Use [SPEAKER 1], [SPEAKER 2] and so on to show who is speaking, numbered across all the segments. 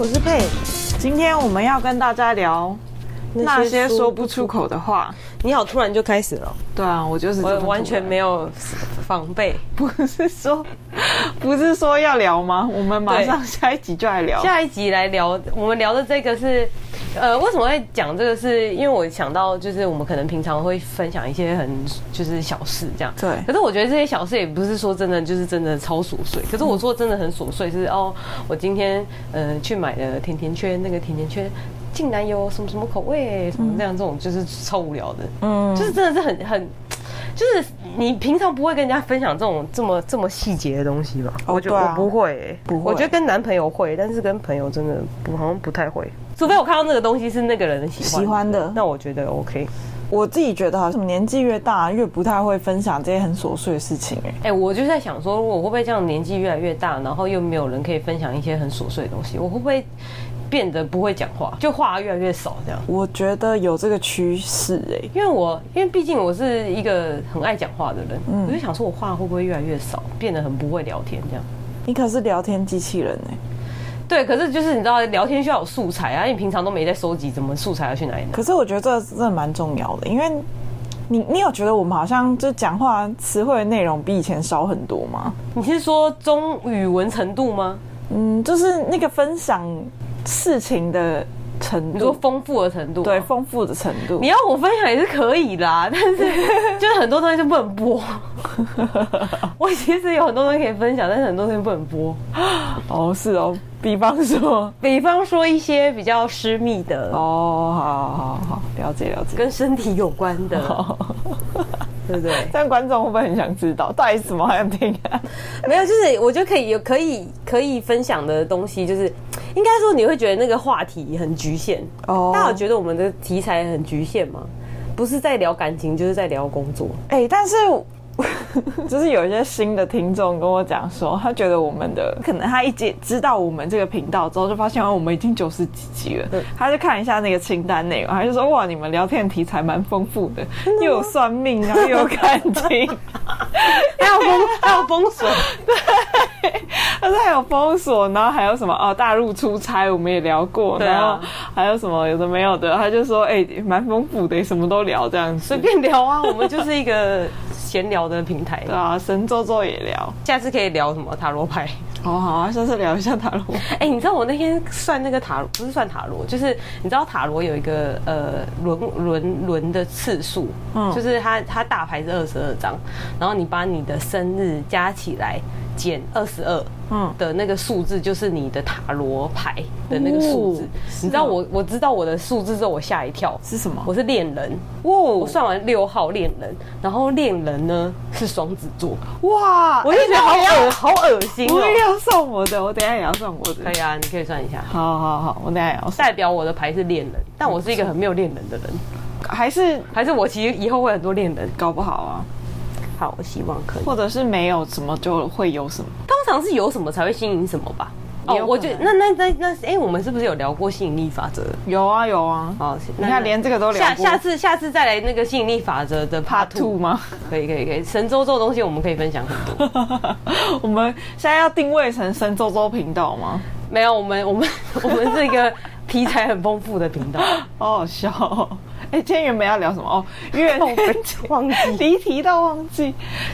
[SPEAKER 1] 我是佩。
[SPEAKER 2] 今天我们要跟大家聊那些说不出口的话。
[SPEAKER 1] 你好，突然就开始了，
[SPEAKER 2] 对啊，我就是
[SPEAKER 1] 我完全没有防备。
[SPEAKER 2] 不是说不是说要聊吗？我们马
[SPEAKER 1] 对
[SPEAKER 2] 上下一集就来聊。
[SPEAKER 1] 下一集来聊，我们聊的这个是，呃，为什么会讲这个是？因为我想到，就是我们可能平常会分享一些很就是小事这样。
[SPEAKER 2] 对
[SPEAKER 1] 可是我觉得这些小事也不是说真的，就是真的超琐碎。可是我说真的很琐碎是，哦，我今天呃去买了甜甜圈，那个甜甜圈竟然有什么什么口味，什么这样这种就是超无聊的，嗯，就是真的是很很。就是你平常不会跟人家分享这种这么这么细节的东西吧？
[SPEAKER 2] 哦
[SPEAKER 1] 我觉得
[SPEAKER 2] 对啊
[SPEAKER 1] 我不会、欸，
[SPEAKER 2] 不会
[SPEAKER 1] 我觉得跟男朋友会，但是跟朋友真的不好像不太会。除非我看到那个东西是那个人喜欢
[SPEAKER 2] 喜欢的
[SPEAKER 1] 那我觉得 OK。
[SPEAKER 2] 我自己觉得，好像年纪越大，越不太会分享这些很琐碎的事情、哎，
[SPEAKER 1] 哎、我就在想说，我会不会这样年纪越来越大，然后又没有人可以分享一些很琐碎的东西，我会不会变得不会讲话，就话越来越少这样？
[SPEAKER 2] 我觉得有这个趋势，哎，
[SPEAKER 1] 因为我，因为毕竟我是一个很爱讲话的人，我就想说我话会不会越来越少，变得很不会聊天这样。
[SPEAKER 2] 你可是聊天机器人、哎，
[SPEAKER 1] 对，可是就是你知道，聊天需要有素材啊，因为你平常都没在收集，怎么素材要去哪里拿？
[SPEAKER 2] 可是我觉得这真的蛮重要的，因为你你有觉得我们好像就讲话词汇的内容比以前少很多吗？
[SPEAKER 1] 你是说中语文程度吗？
[SPEAKER 2] 嗯，就是那个分享事情的程
[SPEAKER 1] 你说
[SPEAKER 2] 度，
[SPEAKER 1] 丰富的程度？啊
[SPEAKER 2] 对，丰富的程度
[SPEAKER 1] 你，要我分享也是可以啦， 但是就是很多东西就不能 播。我其实有很多东西可以分享，但是很多东西不能播。
[SPEAKER 2] 哦，是哦，比方说，
[SPEAKER 1] 比方说一些比较私密的，
[SPEAKER 2] 哦，好好好，了解了解。
[SPEAKER 1] 跟身体有关的， 对不对？
[SPEAKER 2] 但观众会不会很想知道到底是什么好想听啊？
[SPEAKER 1] 没有，就是我就可以有可以可以分享的东西，就是应该说你会觉得那个话题很局限。
[SPEAKER 2] 哦
[SPEAKER 1] 大家有觉得我们的题材很局限吗？不是在聊感情，就是在聊工作。
[SPEAKER 2] 哎、但是我 就是有一些新的听众跟我讲说，他觉得我们的可能他一接知道我们这个频道之后，就发现哦，我们已经九十几集了
[SPEAKER 1] 对。
[SPEAKER 2] 他就看一下那个清单内容，他就说哇，你们聊天的题材蛮丰富的，又有算命啊，又有感情，
[SPEAKER 1] 还有封，还有封锁，
[SPEAKER 2] 他说还有封锁，然后还有什么哦，大陆出差我们也聊过，
[SPEAKER 1] 对啊
[SPEAKER 2] 然后还有什么有的没有的，他就说哎，蛮、丰富的，什么都聊这样子。
[SPEAKER 1] 随便聊啊，我们就是一个闲聊的平台
[SPEAKER 2] 对。啊，神州州也聊。
[SPEAKER 1] 下次可以聊什么塔罗牌？
[SPEAKER 2] 好好啊，下次聊一下塔罗。
[SPEAKER 1] 哎、你知道我那天算那个塔，不是算塔罗，就是你知道塔罗有一个呃轮轮轮的次数，
[SPEAKER 2] 嗯
[SPEAKER 1] 就是它它大牌是二十二张，然后你把你的生日加起来减二十二，
[SPEAKER 2] 嗯
[SPEAKER 1] 嗯的那个数字就是你的塔罗牌的那个数字。
[SPEAKER 2] 哦
[SPEAKER 1] 你知道
[SPEAKER 2] 是哦
[SPEAKER 1] 我我知道我的数字之后，我吓一跳，
[SPEAKER 2] 是什么
[SPEAKER 1] 我是恋人，我
[SPEAKER 2] 哇
[SPEAKER 1] 算完六号恋人，然后恋人呢是双子座，哎
[SPEAKER 2] 哇！哎
[SPEAKER 1] 我就觉得好恶好恶心
[SPEAKER 2] 我也
[SPEAKER 1] 哦。
[SPEAKER 2] 要送我的，我等一下也要送我的。
[SPEAKER 1] 可以啊，你可以算一下。
[SPEAKER 2] 好好好，我等一下也要送。
[SPEAKER 1] 代表我的牌是恋人，但我是一个很没有恋人的人，
[SPEAKER 2] 还是
[SPEAKER 1] 还是我其实以后会很多恋人。
[SPEAKER 2] 搞不好啊，
[SPEAKER 1] 好，我希望可以。
[SPEAKER 2] 或者是没有什么就会有什么。
[SPEAKER 1] 通常是有什么才会吸引什么吧？
[SPEAKER 2] 也
[SPEAKER 1] 哦
[SPEAKER 2] 有，
[SPEAKER 1] 我
[SPEAKER 2] 可
[SPEAKER 1] 觉
[SPEAKER 2] 能
[SPEAKER 1] 得那那那那，哎、我们是不是有聊过吸引力法则？
[SPEAKER 2] 有啊有啊，
[SPEAKER 1] 哦，
[SPEAKER 2] 你看连这个都聊
[SPEAKER 1] 下
[SPEAKER 2] 过
[SPEAKER 1] 下次下次再来那个吸引力法则的
[SPEAKER 2] Part
[SPEAKER 1] Part
[SPEAKER 2] Two
[SPEAKER 1] Two，
[SPEAKER 2] 吗？
[SPEAKER 1] 可以可以可以，神州这种东西我们可以分享很多。
[SPEAKER 2] 我们现在要定位成神州州频道吗？
[SPEAKER 1] 没有，我们我们 我们是一个题材很丰富的频 道。
[SPEAKER 2] 好好笑、哦。哎、今天原本要聊什么？哦，越
[SPEAKER 1] 忘记
[SPEAKER 2] 离题到忘记，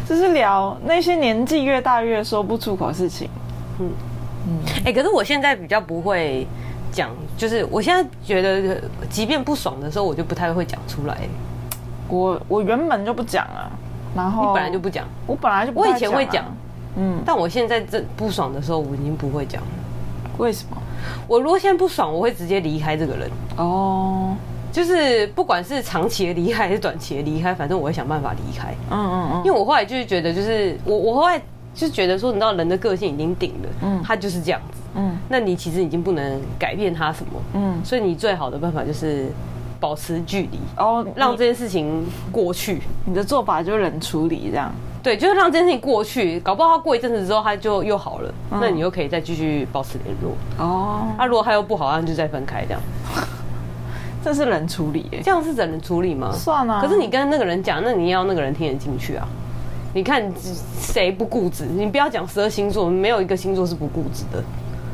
[SPEAKER 2] 就是聊那些年纪越大越说不出口的事情。
[SPEAKER 1] 哎、可是我现在比较不会讲，就是我现在觉得，即便不爽的时候，我就不太会讲出来。
[SPEAKER 2] 我我原本就不讲啊，然后
[SPEAKER 1] 你本来就不讲，
[SPEAKER 2] 我本来就不
[SPEAKER 1] 我以
[SPEAKER 2] 太
[SPEAKER 1] 前会
[SPEAKER 2] 啊
[SPEAKER 1] 讲，
[SPEAKER 2] 嗯，
[SPEAKER 1] 但我现在这不爽的时候，我已经不会讲了。
[SPEAKER 2] 为什么？
[SPEAKER 1] 我如果现在不爽，我会直接离开这个人，
[SPEAKER 2] 哦，
[SPEAKER 1] 就是不管是长期的离开还是短期的离开，反正我会想办法离开。
[SPEAKER 2] 嗯嗯嗯，
[SPEAKER 1] 因为我后来就是觉得，就是我我后来就觉得说，你知道人的个性已经定了，嗯，他就是这样子，
[SPEAKER 2] 嗯
[SPEAKER 1] 那你其实已经不能改变他什么，
[SPEAKER 2] 嗯，
[SPEAKER 1] 所以你最好的办法就是保持距离，
[SPEAKER 2] 哦，
[SPEAKER 1] 让
[SPEAKER 2] 让
[SPEAKER 1] 这件事情过去。
[SPEAKER 2] 你的做法就是冷处理这样。
[SPEAKER 1] 对，就是让这件事情过去，搞不好他过一阵子之后他就又好了，
[SPEAKER 2] 嗯
[SPEAKER 1] 那你又可以再继续保持联络。
[SPEAKER 2] 哦，
[SPEAKER 1] 那、如果他又不好，那就再分开这样。
[SPEAKER 2] 这是冷处理耶。
[SPEAKER 1] 这样是怎能处理吗？
[SPEAKER 2] 算啊
[SPEAKER 1] 可是你跟那个人讲，那你也要那个人听得进去啊。你看谁不固执？你不要讲十二星座，没有一个星座是不固执的。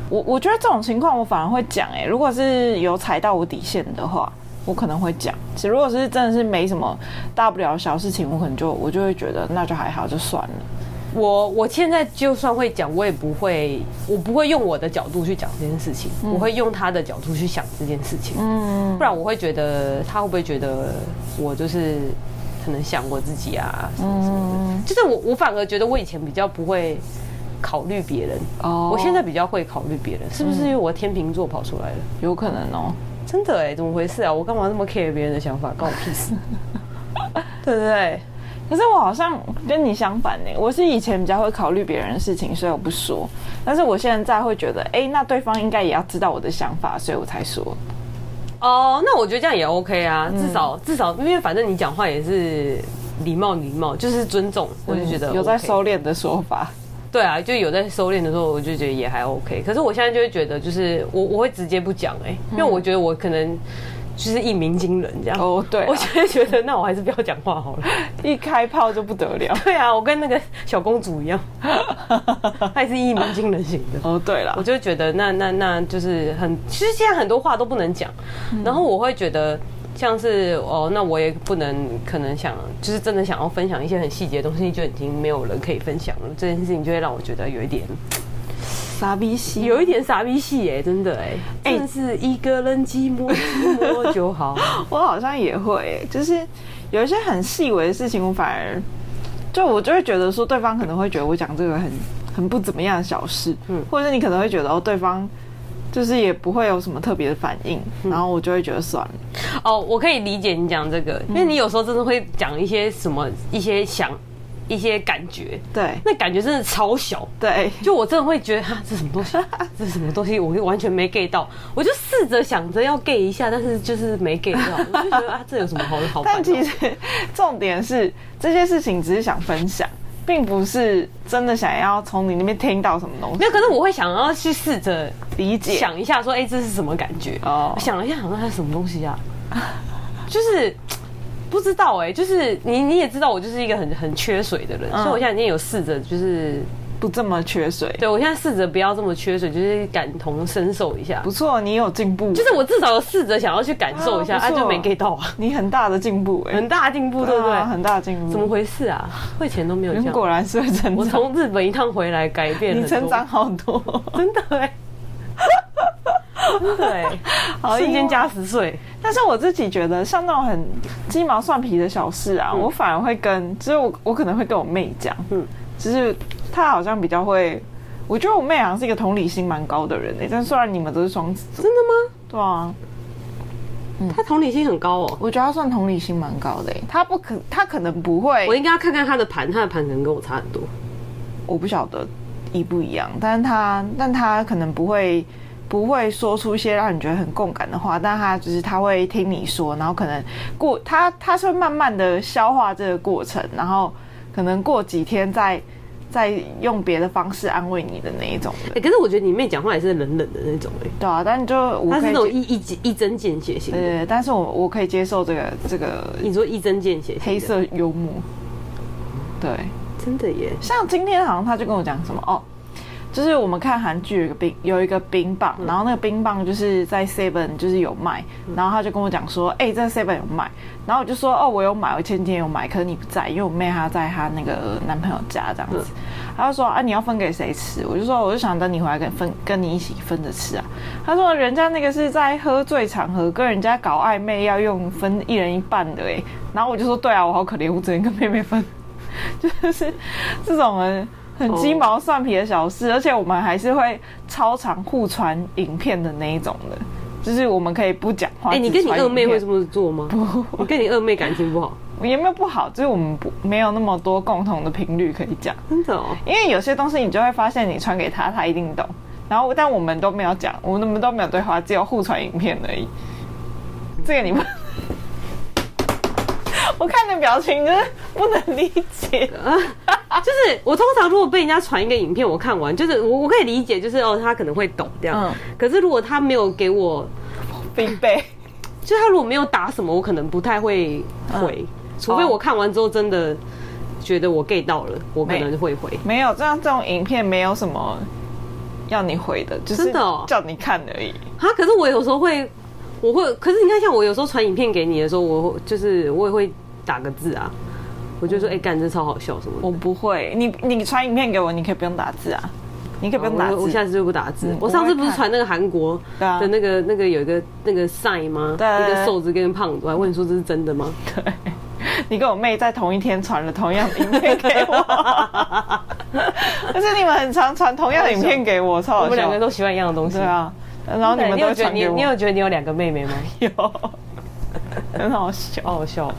[SPEAKER 2] 我我觉得这种情况我反而会讲哎、如果是有踩到我底线的话，我可能会讲。其实如果是真的是没什么大不了的小事情，我可能就我就会觉得那就还好，就算了。
[SPEAKER 1] 我我现在就算会讲，我也不会，我不会用我的角度去讲这件事情，我会用他的角度去想这件事情。
[SPEAKER 2] 嗯，
[SPEAKER 1] 不然我会觉得他会不会觉得我就是可能想我自己啊什么什么
[SPEAKER 2] 嗯
[SPEAKER 1] 的，就是我我反而觉得我以前比较不会考虑别人，
[SPEAKER 2] 哦
[SPEAKER 1] 我现在比较会考虑别人，是不是因为我天秤座跑出来了？
[SPEAKER 2] 有可能哦、
[SPEAKER 1] 真的哎、怎么回事啊？我干嘛那么 care 别人的想法，关我屁 事？对不对？
[SPEAKER 2] 可是我好像跟你相反呢、我是以前比较会考虑别人的事情，所以我不说。但是我现在会觉得，哎、那对方应该也要知道我的想法，所以我才说。
[SPEAKER 1] 哦、那我觉得这样也 OK 啊，
[SPEAKER 2] 嗯
[SPEAKER 1] 至少、至少，因为反正你讲话也是礼貌礼貌，就是尊重，我就觉得、
[SPEAKER 2] 嗯有在。收敛的说 法。
[SPEAKER 1] 对啊，就有在收敛的时候，我就觉得也还 OK。可是我现在就会觉得，就是我我会直接不讲哎、因为我觉得我可能就是一鸣惊人这样。
[SPEAKER 2] 嗯哦对啊
[SPEAKER 1] 我就会觉得那我还是不要讲话 好了。
[SPEAKER 2] 一开炮就不得了。
[SPEAKER 1] 对啊，我跟那个小公主一样，她也是一鸣惊人型的。
[SPEAKER 2] 哦，对
[SPEAKER 1] 我
[SPEAKER 2] 了，
[SPEAKER 1] 就会觉得那那那就是很，其实现在很多话都不能讲，然后我会觉得像是哦，那我也不能可能想，就是真的想要分享一些很细节的东西，就已经没有人可以分享了，这件事情就会让我觉得有一点
[SPEAKER 2] 傻逼西
[SPEAKER 1] 有一点傻逼戏耶，真的哎，
[SPEAKER 2] 哎
[SPEAKER 1] 真的是一个人寂寞寂寞就好，
[SPEAKER 2] 我好像也会耶、就是有一些很细微的事情，我反而就我就会觉得说，对方可能会觉得我讲这个很很不怎么样的小事，
[SPEAKER 1] 嗯
[SPEAKER 2] 或者是你可能会觉得哦，对方就是也不会有什么特别的反应，
[SPEAKER 1] 嗯
[SPEAKER 2] 然后我就会觉得算了，
[SPEAKER 1] 哦，我可以理解你讲这个，因为你有时候真的会讲一些什么一些想一些感觉，
[SPEAKER 2] 对
[SPEAKER 1] 那感觉真的超小。
[SPEAKER 2] 对，
[SPEAKER 1] 就我真的会觉得哈，这什么 东西？这是什么东西？我完全没 get 到。我就试着想着要 get 一下，但是就是没 get 到。我就觉得啊，这有什么好好
[SPEAKER 2] 但
[SPEAKER 1] 烦恼？
[SPEAKER 2] 其实重点是这些事情只是想分享，并不是真的想要从你那边听到什么东
[SPEAKER 1] 没
[SPEAKER 2] 西，
[SPEAKER 1] 有，可是我会想要去试着
[SPEAKER 2] 理解
[SPEAKER 1] 想一下，说，哎、这是什么感觉？
[SPEAKER 2] 哦
[SPEAKER 1] 我想了一下，好像它是什么 东西啊？就是不知道哎、就是你你也知道，我就是一个很很缺水的人，
[SPEAKER 2] 嗯
[SPEAKER 1] 所以我现在已经有试着就是。
[SPEAKER 2] 不这么缺水，
[SPEAKER 1] 对，我现在试着不要这么缺水，就是感同身受一下
[SPEAKER 2] 不。错，你有进步，
[SPEAKER 1] 就是我至少有试着想要去感受一下，
[SPEAKER 2] 啊
[SPEAKER 1] 啊，
[SPEAKER 2] 不错
[SPEAKER 1] 就没 get 到啊。
[SPEAKER 2] 你很大的进步哎、
[SPEAKER 1] 很大进步，对不对？
[SPEAKER 2] 啊很大的进步，
[SPEAKER 1] 怎么回事啊？我以前都没有这
[SPEAKER 2] 你
[SPEAKER 1] 样。
[SPEAKER 2] 果然是会成
[SPEAKER 1] 我
[SPEAKER 2] 长，
[SPEAKER 1] 从日本一趟回来，改变了
[SPEAKER 2] 你
[SPEAKER 1] 很
[SPEAKER 2] 成
[SPEAKER 1] 多
[SPEAKER 2] 长，欸好多。
[SPEAKER 1] 真的哎、真的哎、
[SPEAKER 2] 好
[SPEAKER 1] 瞬
[SPEAKER 2] 意外
[SPEAKER 1] 间加十岁。
[SPEAKER 2] 但是我自己觉得，像那种很鸡毛蒜皮的小事啊，我反而会跟，就是我我可能会跟我妹讲，嗯
[SPEAKER 1] 嗯，
[SPEAKER 2] 就是她好像比较会，我觉得我妹好像是一个同理心蛮高的人诶、但虽然你们都是双子座，
[SPEAKER 1] 真的
[SPEAKER 2] 对啊，嗯
[SPEAKER 1] 吗？他同理心很高哦。
[SPEAKER 2] 我觉得她算同理心蛮高的诶、欸她不可，她可能不会，
[SPEAKER 1] 我
[SPEAKER 2] 我
[SPEAKER 1] 应该要看看他的盘，他的盘可能跟我差很多。
[SPEAKER 2] 我不晓得一不一样，但是她，但她可能不会。不会说出一些让你觉得很共感的话，但她就是她会听你说，然后可能过她她是会慢慢的消化这个过程，然后可能过几天再再用别的方式安慰你的那一种的
[SPEAKER 1] 哎、可是我觉得你妹讲话也是冷冷的那种哎、
[SPEAKER 2] 对啊，但你就我
[SPEAKER 1] 她是
[SPEAKER 2] 可以
[SPEAKER 1] 那种
[SPEAKER 2] 接，
[SPEAKER 1] 一一一针见血型的。
[SPEAKER 2] 呃，但是我我可以接受这个这个
[SPEAKER 1] 你说一针见血型的，
[SPEAKER 2] 黑色幽默，对，
[SPEAKER 1] 真的耶。
[SPEAKER 2] 像今天好像他就跟我讲什么哦，就是我们看韩剧有一个冰有一个冰棒，然后那个冰棒就是在 Seven 就是有卖，然后他就跟我讲说，哎、在 Seven 有卖，然后我就说哦，我有买，我前几天有买，可是你不在，因为我妹她在她那个男朋友家这样子，他就说啊，你要分给谁吃？我就说我就想等你回来跟分跟你一起分着吃啊，他说人家那个是在喝醉场合跟人家搞欸暧昧要用分一人一半的哎、然后我就说对啊，我好可怜，我只能跟妹妹分。 就是这种很很鸡毛
[SPEAKER 1] 哦
[SPEAKER 2] 蒜皮的小事，而且我们还是会超常互传影片的那一种的，就是我们可以不讲话。
[SPEAKER 1] 哎、你
[SPEAKER 2] 只
[SPEAKER 1] 跟你
[SPEAKER 2] 传
[SPEAKER 1] 二妹
[SPEAKER 2] 影
[SPEAKER 1] 会
[SPEAKER 2] 片
[SPEAKER 1] 这么 做吗？你跟你二妹感情不好，
[SPEAKER 2] 也没有不好，就是我们不没有那么多共同的频率可以讲，
[SPEAKER 1] 真的哦。
[SPEAKER 2] 因为有些东西你就会发现你传给他，他一定懂。然后，但我们都没有讲，我们都没有对话，只有互传影片而已。这个你们， 我看你的表情就是不能理解。
[SPEAKER 1] 就是我通常如果被人家传一个影片，我看完，就是我我可以理解，就是哦，他可能会懂这样。
[SPEAKER 2] 嗯
[SPEAKER 1] 可是如果他没有给我，
[SPEAKER 2] 必备，
[SPEAKER 1] 就他如果没有打什么，我可能不太会回，除非
[SPEAKER 2] 哦
[SPEAKER 1] 我看完之后真的觉得我 get 到了，我可能会回。
[SPEAKER 2] 没有这样这种影片没有什么要你回的，就是
[SPEAKER 1] 真的哦
[SPEAKER 2] 叫你看而已。
[SPEAKER 1] 啊，可是我有时候会，我会，可是你看，像我有时候传影片给你的时候，我会就是我也会打个字啊，我就说，哎、干这超好笑什么的。
[SPEAKER 2] 我不会，你你传影片给我，你可以不用打字啊，你可以不用打字。
[SPEAKER 1] 哦我我下次就不打字。
[SPEAKER 2] 嗯
[SPEAKER 1] 我上次不
[SPEAKER 2] 我会看
[SPEAKER 1] 是传那个韩国
[SPEAKER 2] 对啊
[SPEAKER 1] 的那个、那个有一个那个 sign 吗？
[SPEAKER 2] 对
[SPEAKER 1] 一个瘦子跟胖子，我还问你说这是真的吗？
[SPEAKER 2] 你跟我妹在同一天传了同样的影片给我， 但是你们很常传同样的影片给我，超
[SPEAKER 1] 我
[SPEAKER 2] 好
[SPEAKER 1] 们两个
[SPEAKER 2] 笑。
[SPEAKER 1] 都喜欢一样的东西。
[SPEAKER 2] 对，啊，然后你们都
[SPEAKER 1] 有
[SPEAKER 2] 会
[SPEAKER 1] 觉得
[SPEAKER 2] 传
[SPEAKER 1] 你
[SPEAKER 2] 给我，
[SPEAKER 1] 你有觉得你有两个妹妹吗？
[SPEAKER 2] 有，很好笑，
[SPEAKER 1] 好好笑。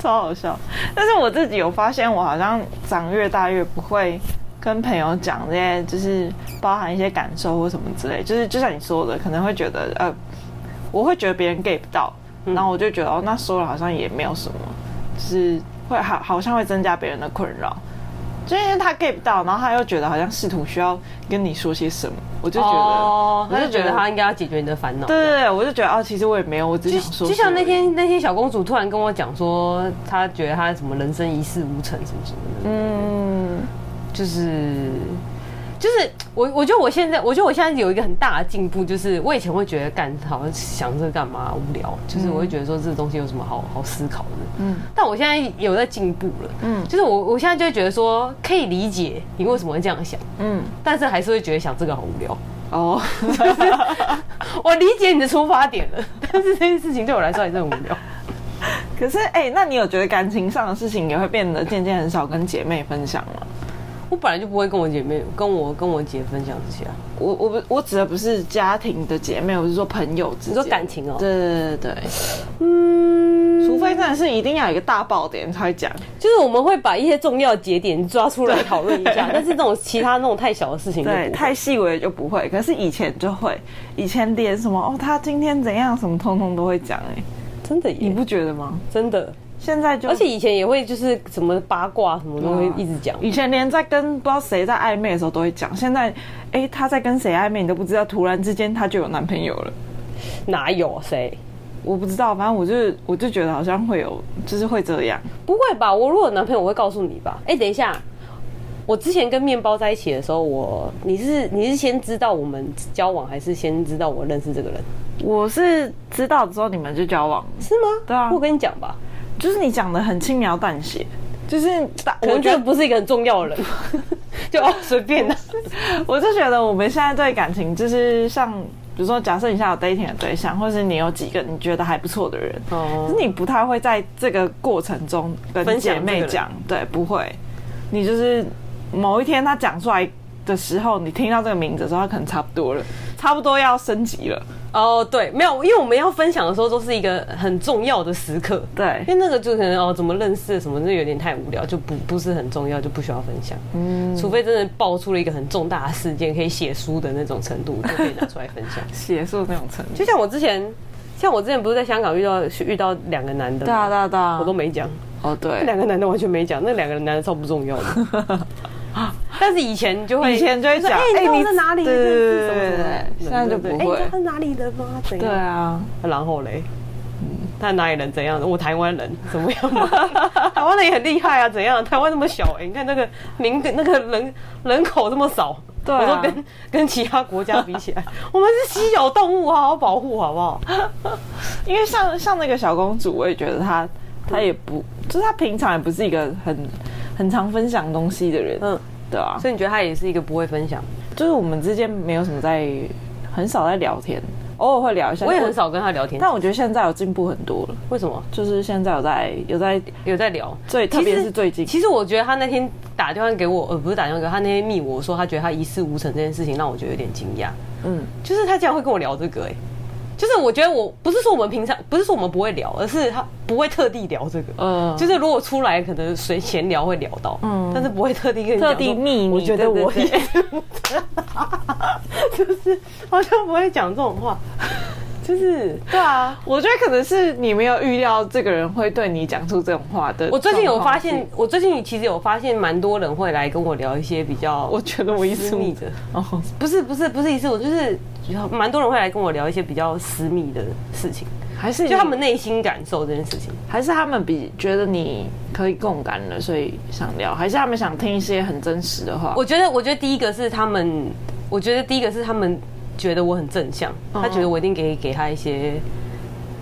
[SPEAKER 2] 超好笑。但是我自己有发现，我好像长越大越不会跟朋友讲这些，就是包含一些感受或什么之类。就是就像你说的，可能会觉得呃，我会觉得别人 get 不到，
[SPEAKER 1] 嗯
[SPEAKER 2] 然后我就觉得哦，那说了好像也没有什么，就是会好好像会增加别人的困扰。就因为他 get 不到，然后他又觉得好像试图需要跟你说些什么，我 就觉得，
[SPEAKER 1] 哦，他
[SPEAKER 2] 我
[SPEAKER 1] 就觉得他应该要解决你的烦恼。
[SPEAKER 2] 对对对，我就觉得哦，其实我也没有，我只
[SPEAKER 1] 就
[SPEAKER 2] 想说
[SPEAKER 1] 就像
[SPEAKER 2] 说而
[SPEAKER 1] 那
[SPEAKER 2] 已
[SPEAKER 1] 天那天小公主突然跟我讲说，她觉得她什么人生一事无成什么什么的，
[SPEAKER 2] 嗯，
[SPEAKER 1] 就是就是我我觉得我现在我觉得我现在有一个很大的进步，就是我以前会觉得干好像想这个干嘛无聊，就是我会觉得说这东西有什么好好思考的，嗯，但我现在有在进步了，嗯，就是我我现在就会觉得说可以理解你为什么会这样想，
[SPEAKER 2] 嗯
[SPEAKER 1] 嗯，但是还是会觉得想这个好无聊。
[SPEAKER 2] 哦，
[SPEAKER 1] 我理解你的出发点了，但是这件事情对我来说还是很无聊。
[SPEAKER 2] 可是哎、那你有觉得感情上的事情也会变得渐渐很少跟姐妹分享吗？
[SPEAKER 1] 我本来就不会跟我姐妹、跟我跟我姐分享这些啊。
[SPEAKER 2] 我我不我指的不是家庭的姐妹，我是说朋友之间。
[SPEAKER 1] 你说感情哦
[SPEAKER 2] 对对对对，
[SPEAKER 1] 嗯，
[SPEAKER 2] 除非真的是一定要有一个大爆点才会讲。
[SPEAKER 1] 就是我们会把一些重要节点抓出来讨论一下，但是这种其他那种太小的事情就不
[SPEAKER 2] 对，
[SPEAKER 1] 会，
[SPEAKER 2] 太细微就不会。可是以前就会，以前连什么哦，他今天怎样什么，通通都会讲。哎，
[SPEAKER 1] 真的
[SPEAKER 2] 你
[SPEAKER 1] 也
[SPEAKER 2] 不觉得吗？
[SPEAKER 1] 真的，
[SPEAKER 2] 现在就
[SPEAKER 1] 而且以前也会就是什么八卦什么都会
[SPEAKER 2] 哇
[SPEAKER 1] 一直讲。
[SPEAKER 2] 以前连在跟不知道谁在暧昧的时候都会讲，现在哎、他在跟谁暧昧你都不知道，突然之间他就有男朋友了。
[SPEAKER 1] 哪有谁？
[SPEAKER 2] 我不知道，反正我就我就觉得好像会有，就是会这样。
[SPEAKER 1] 不会吧？我如果有男朋友，我会告诉你吧。哎、等一下，我之前跟面包在一起的时候，我你是你是先知道我们交往，还是先知道我认识这个人？
[SPEAKER 2] 我是知道之后你们就交往，
[SPEAKER 1] 是吗？
[SPEAKER 2] 对啊
[SPEAKER 1] 我跟你讲吧，
[SPEAKER 2] 就是你讲的很轻描淡写，就是大
[SPEAKER 1] 可
[SPEAKER 2] 我
[SPEAKER 1] 能
[SPEAKER 2] 觉
[SPEAKER 1] 这
[SPEAKER 2] 得
[SPEAKER 1] 不是一个很重要的 人，就哦随便 的、
[SPEAKER 2] 我就觉得我们现在对感情就是像，比如说假设你现在有 dating 的对象，或是你有几个你觉得还不错的人，可
[SPEAKER 1] 哦，
[SPEAKER 2] 是你不太会在这个过程中跟
[SPEAKER 1] 分享
[SPEAKER 2] 姐
[SPEAKER 1] 这个
[SPEAKER 2] 妹
[SPEAKER 1] 人
[SPEAKER 2] 讲，对，不会。你就是某一天他讲出来的时候，你听到这个名字的时候，他可能差不多了，差不多要升级了。
[SPEAKER 1] 哦，对，没有，因为我们要分享的时候都是一个很重要的时刻，
[SPEAKER 2] 对
[SPEAKER 1] 因为那个就可能哦，怎么认识什么，那有点太无聊，就不不是很重要，就不需要分享。嗯，除非真的爆出了一个很重大的事件，可以写书的那种程度，就可以拿出来分 享。
[SPEAKER 2] 写作那种程度。
[SPEAKER 1] 就像我之前，像我之前不是在香港遇到遇到两个男的吗，
[SPEAKER 2] 对啊，对啊，对啊，
[SPEAKER 1] 我都没讲。
[SPEAKER 2] 哦，
[SPEAKER 1] 那
[SPEAKER 2] 对，
[SPEAKER 1] 两个男的完全没讲，那两个男的超不重要的。 但是以前就会，
[SPEAKER 2] 以前就会
[SPEAKER 1] 说
[SPEAKER 2] 讲
[SPEAKER 1] 哎、
[SPEAKER 2] 哎
[SPEAKER 1] 你
[SPEAKER 2] 你
[SPEAKER 1] 你是哪里
[SPEAKER 2] 对
[SPEAKER 1] 人？是
[SPEAKER 2] 对
[SPEAKER 1] 什么什么
[SPEAKER 2] 对
[SPEAKER 1] 人
[SPEAKER 2] 现在就不
[SPEAKER 1] 对对
[SPEAKER 2] 会
[SPEAKER 1] 哎、他是哪里人吗？怎
[SPEAKER 2] 对
[SPEAKER 1] 样？
[SPEAKER 2] 啊，
[SPEAKER 1] 然后嘞，
[SPEAKER 2] 嗯
[SPEAKER 1] 他哪里人怎样？我台湾人怎么样 嘛？台湾人也很厉害啊，怎样？台湾那么小、哎，你看那个民那个人人口这么少，
[SPEAKER 2] 对啊
[SPEAKER 1] 我说跟跟其他国家比 起来，我们是稀有动物，好好保护好不好？
[SPEAKER 2] 因为像像那个小公主，我也觉得她她也不，就是她平常也不是一个很很常分享东西的人，嗯
[SPEAKER 1] 嗯，
[SPEAKER 2] 对啊，
[SPEAKER 1] 所以你觉得他也是一个不会分享？
[SPEAKER 2] 就是我们之间没有什么在很少在聊天，偶尔会聊一下，
[SPEAKER 1] 我也很少跟他聊天，
[SPEAKER 2] 但我觉得现在有进步很多了，
[SPEAKER 1] 为什么
[SPEAKER 2] 就是现在有在有在
[SPEAKER 1] 有在聊？
[SPEAKER 2] 最
[SPEAKER 1] 其实
[SPEAKER 2] 特别是最近
[SPEAKER 1] 其实我觉得他那天打电话给我，呃，不是打电话给我，他那天密我说他觉得他一事无成这件事情，让我觉得有点惊讶。
[SPEAKER 2] 嗯
[SPEAKER 1] 就是他竟然会跟我聊这个、哎，就是我觉得我不是说我们平常不是说我们不会聊，而是他不会特地聊这个。
[SPEAKER 2] 呃，
[SPEAKER 1] 嗯就是如果出来可能随闲聊会聊到，嗯
[SPEAKER 2] 嗯，
[SPEAKER 1] 但是不会特地跟你讲
[SPEAKER 2] 特
[SPEAKER 1] 说
[SPEAKER 2] 地密你，
[SPEAKER 1] 我觉得
[SPEAKER 2] 对对
[SPEAKER 1] 我也
[SPEAKER 2] 对
[SPEAKER 1] 就是好像不会讲这种话，就是
[SPEAKER 2] 对啊，我觉得可能是你没有预料这个人会对你讲出这种话的。
[SPEAKER 1] 我最近有
[SPEAKER 2] 状况
[SPEAKER 1] 发
[SPEAKER 2] 是
[SPEAKER 1] 现，，我最近其实有发现蛮多人会来跟我聊一些比较，
[SPEAKER 2] 我觉得我一
[SPEAKER 1] 私
[SPEAKER 2] 直
[SPEAKER 1] 密的
[SPEAKER 2] 哦，
[SPEAKER 1] 不是不是不是一次，我就是蛮多人会来跟我聊一些比较私密的事情，
[SPEAKER 2] 还是
[SPEAKER 1] 就他
[SPEAKER 2] 他
[SPEAKER 1] 们
[SPEAKER 2] 们，
[SPEAKER 1] 内心感受这件事情。
[SPEAKER 2] 还是他们比觉得你可以共感了，所以想聊，还是他们想听一些很真实的话。
[SPEAKER 1] 我觉得，我觉得第一个是他们，我觉得第一个是他们觉得我很正向，
[SPEAKER 2] 嗯
[SPEAKER 1] 他觉得我一定给给他一些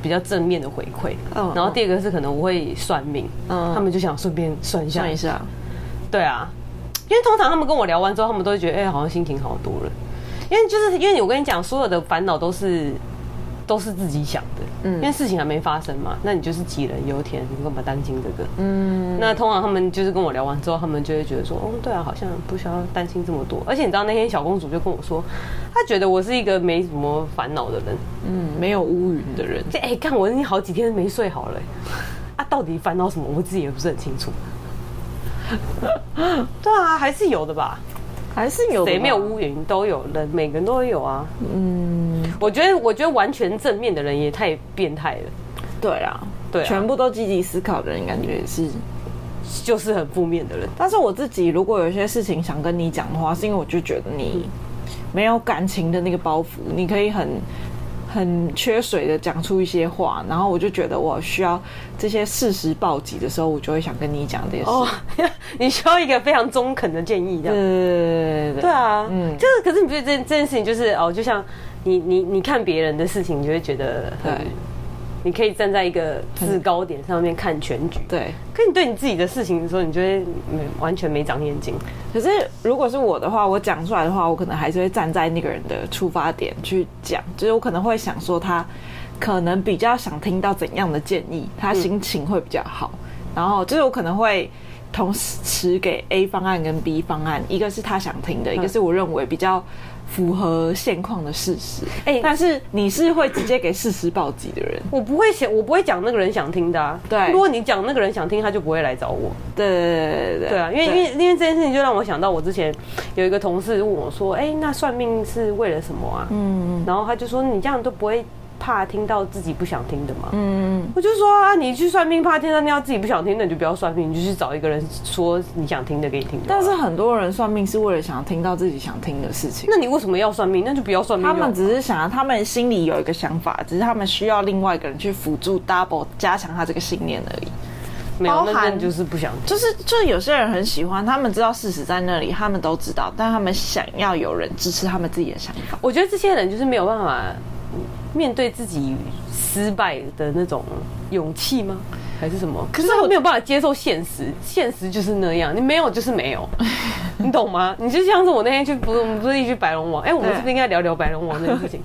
[SPEAKER 1] 比较正面的回馈。
[SPEAKER 2] 嗯
[SPEAKER 1] 然后第二个是可能我会算命，
[SPEAKER 2] 嗯
[SPEAKER 1] 他们就想顺便算一下
[SPEAKER 2] 算一下，
[SPEAKER 1] 对啊，因为通常他们跟我聊完之后，他们都会觉得，哎、好像心情好多了。因为就是因为我跟你讲，所有的烦恼都是都是自己想的，嗯，
[SPEAKER 2] 嗯
[SPEAKER 1] 因为事情还没发生嘛，那你就是杞人忧天，你干嘛担心这个？嗯，那通常他们就是跟我聊完之后，他们就会觉得说，哦，对啊，好像不需要担心这么多。而且你知道那天小公主就跟我说，她觉得我是一个没什么烦恼的人。
[SPEAKER 2] 嗯，没有乌云的人，
[SPEAKER 1] 这哎，看、我已经好几天没睡好了、啊，到底烦恼什么，我自己也不是很清楚。对啊，还是有的吧。
[SPEAKER 2] 还是有的
[SPEAKER 1] 谁
[SPEAKER 2] 吧
[SPEAKER 1] 没有？乌云都有人，每个人都会有啊。嗯，我觉得，我觉得完全正面的人也太变态了，
[SPEAKER 2] 对啊，
[SPEAKER 1] 对啊
[SPEAKER 2] 全部都积极思考的人，感觉也是。
[SPEAKER 1] 就是很负面的人。
[SPEAKER 2] 但是我自己如果有些事情想跟你讲的话，是因为我就觉得
[SPEAKER 1] 嗯
[SPEAKER 2] 你没有感情的那个包袱，你可以很很缺水的讲出一些话，然后我就觉得我需要这些事实报给的时候，我就会想跟你讲这些事。
[SPEAKER 1] 哦， 你需要一个非常中肯的建议，这
[SPEAKER 2] 对
[SPEAKER 1] 样。
[SPEAKER 2] 对对对
[SPEAKER 1] 对啊，嗯，
[SPEAKER 2] 嗯
[SPEAKER 1] 就是，可是你不觉得这这件事情就是哦，就像你你你看别人的事情，你就会觉得很
[SPEAKER 2] 对，
[SPEAKER 1] 你可以站在一个制高点上面看全局，
[SPEAKER 2] 对。
[SPEAKER 1] 可你对你自己的事情的时候，你就会没完全没长眼睛。
[SPEAKER 2] 可是如果是我的话，我讲出来的话，我可能还是会站在那个人的出发点去讲，就是我可能会想说他可能比较想听到怎样的建议，他心情会比较好。然后就是我可能会同时给 A 方案跟 B 方案，一个是他想
[SPEAKER 1] 嗯
[SPEAKER 2] 听的，一个是我认为比较。符合现况的事实，
[SPEAKER 1] 哎
[SPEAKER 2] 但是你是会直接给事实报给的人，
[SPEAKER 1] 我不会想，我不会讲那个人想听的啊。
[SPEAKER 2] 对
[SPEAKER 1] 如果你讲那个人想听，他就不会来找我。
[SPEAKER 2] 对对对对
[SPEAKER 1] 对啊，因为因为因为这件事情就让我想到，我之前有一个同事问我说：“哎、那算命是为了什么啊？”嗯，然后他就说：“你这样都不会怕听到自己不想听的吗？”嗯，我就说啊，你去算命怕听到你要自己不想听的，你就不要算命，你就去找一个人说你想听的给你听就好
[SPEAKER 2] 但
[SPEAKER 1] 了。
[SPEAKER 2] 是很多人算命是为了想听到自己想听的事情。
[SPEAKER 1] 那你为什么要算命？那就不要算命就
[SPEAKER 2] 他
[SPEAKER 1] 好了。
[SPEAKER 2] 们只是想要，他们心里有一个想法，只是他们需要另外一个人去辅助 double 加强他这个信念而已。
[SPEAKER 1] 没有，
[SPEAKER 2] 包
[SPEAKER 1] 那
[SPEAKER 2] 含
[SPEAKER 1] 那就是不想听。
[SPEAKER 2] 就是，就有些人很喜欢，他们知道事实在那里，他们都知道，但他们想要有人支持他们自己的想法。
[SPEAKER 1] 我觉得这些人就是没有办法嗯面对自己失败的那种勇气吗？还是什么？可是他没有办法接受现实，现实就是那样，你没有就是没有，你懂吗？你就像是我那天去，不是我们不是一起去白龙王？哎、我们
[SPEAKER 2] 对
[SPEAKER 1] 是不是应该聊聊白龙王这件事情？